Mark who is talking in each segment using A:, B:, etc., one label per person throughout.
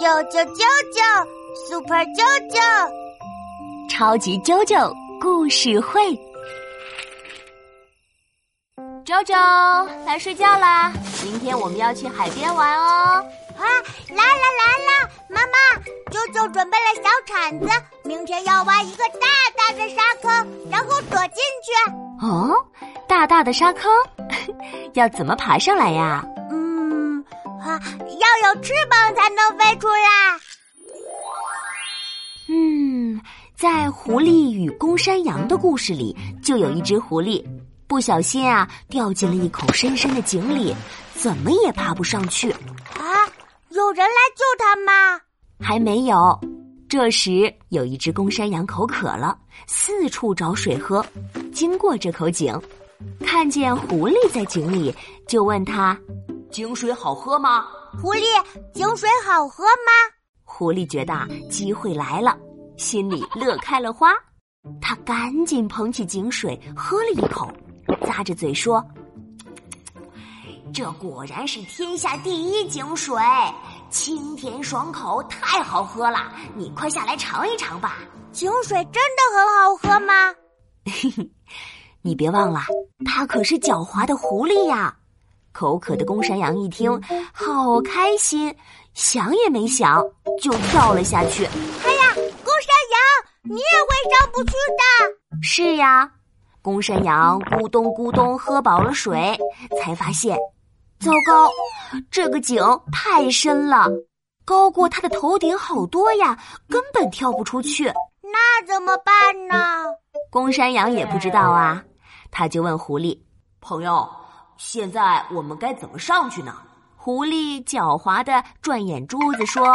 A: 啾啾啾啾，Super 啾啾，
B: 超级啾啾故事会。啾啾，来睡觉啦！明天我们要去海边玩哦。
A: 啊，来了来了，妈妈，啾啾准备了小铲子，明天要挖一个大大的沙坑，然后躲进去。
B: 哦，大大的沙坑， 要怎么爬上来呀？
A: 嗯，啊，要有翅膀才能飞出来。
B: 嗯，在《狐狸与公山羊》的故事里，就有一只狐狸不小心啊掉进了一口深深的井里，怎么也爬不上去。
A: 啊，有人来救它吗？
B: 还没有。这时，有一只公山羊口渴了，四处找水喝。经过这口井，看见狐狸在井里，就问他：“井水好喝吗
A: 狐狸，井水好喝吗？？”
B: 狐狸觉得啊机会来了，心里乐开了花。他赶紧捧起井水喝了一口，咂着嘴说：“这果然是天下第一井水，清甜爽口，太好喝了！你快下来尝一尝吧。”
A: 井水真的很好喝吗？
B: 你别忘了，它可是狡猾的狐狸呀！口渴的公山羊一听，好开心，想也没想就跳了下去。
A: 哎呀，公山羊，你也会上不去的。
B: 是呀，公山羊咕咚咕咚喝饱了水，才发现，糟糕，这个井太深了，高过它的头顶好多呀，根本跳不出去。
A: 那怎么办呢？
B: 公山羊也不知道啊，他就问狐狸：“朋友，现在我们该怎么上去呢？”狐狸狡猾的转眼珠子说：“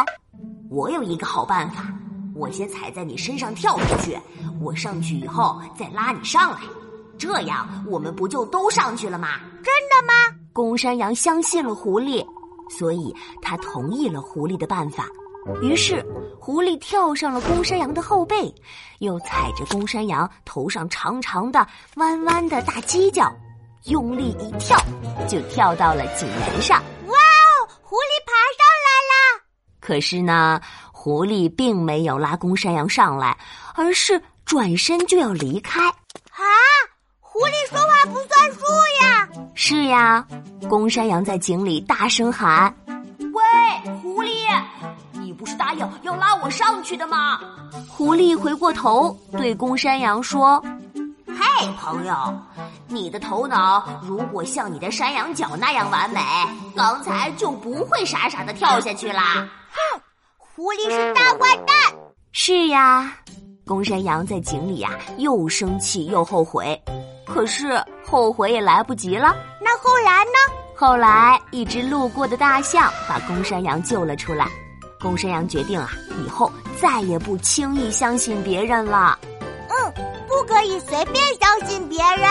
B: 我有一个好办法，我先踩在你身上跳出去，我上去以后再拉你上来，这样我们不就都上去了吗？”
A: 真的吗？
B: 公山羊相信了狐狸，所以他同意了狐狸的办法。于是，狐狸跳上了公山羊的后背，又踩着公山羊头上长长的、弯弯的大犄角，用力一跳，就跳到了井沿上。
A: 哇哦，狐狸爬上来了！
B: 可是呢，狐狸并没有拉公山羊上来，而是转身就要离开。
A: 啊，狐狸说话不算数呀！
B: 是呀，公山羊在井里大声喊：“喂，狐狸，你不是答应要拉我上去的吗？”狐狸回过头对公山羊说：“嘿，朋友，你的头脑如果像你的山羊角那样完美，刚才就不会傻傻的跳下去啦。”
A: 狐狸是大坏蛋。
B: 是呀，公山羊在井里呀、又生气又后悔，可是后悔也来不及了。
A: 那后来呢？
B: 后来，一只路过的大象把公山羊救了出来。公山羊决定啊，以后再也不轻易相信别人了。
A: 嗯，不可以随便相信别人。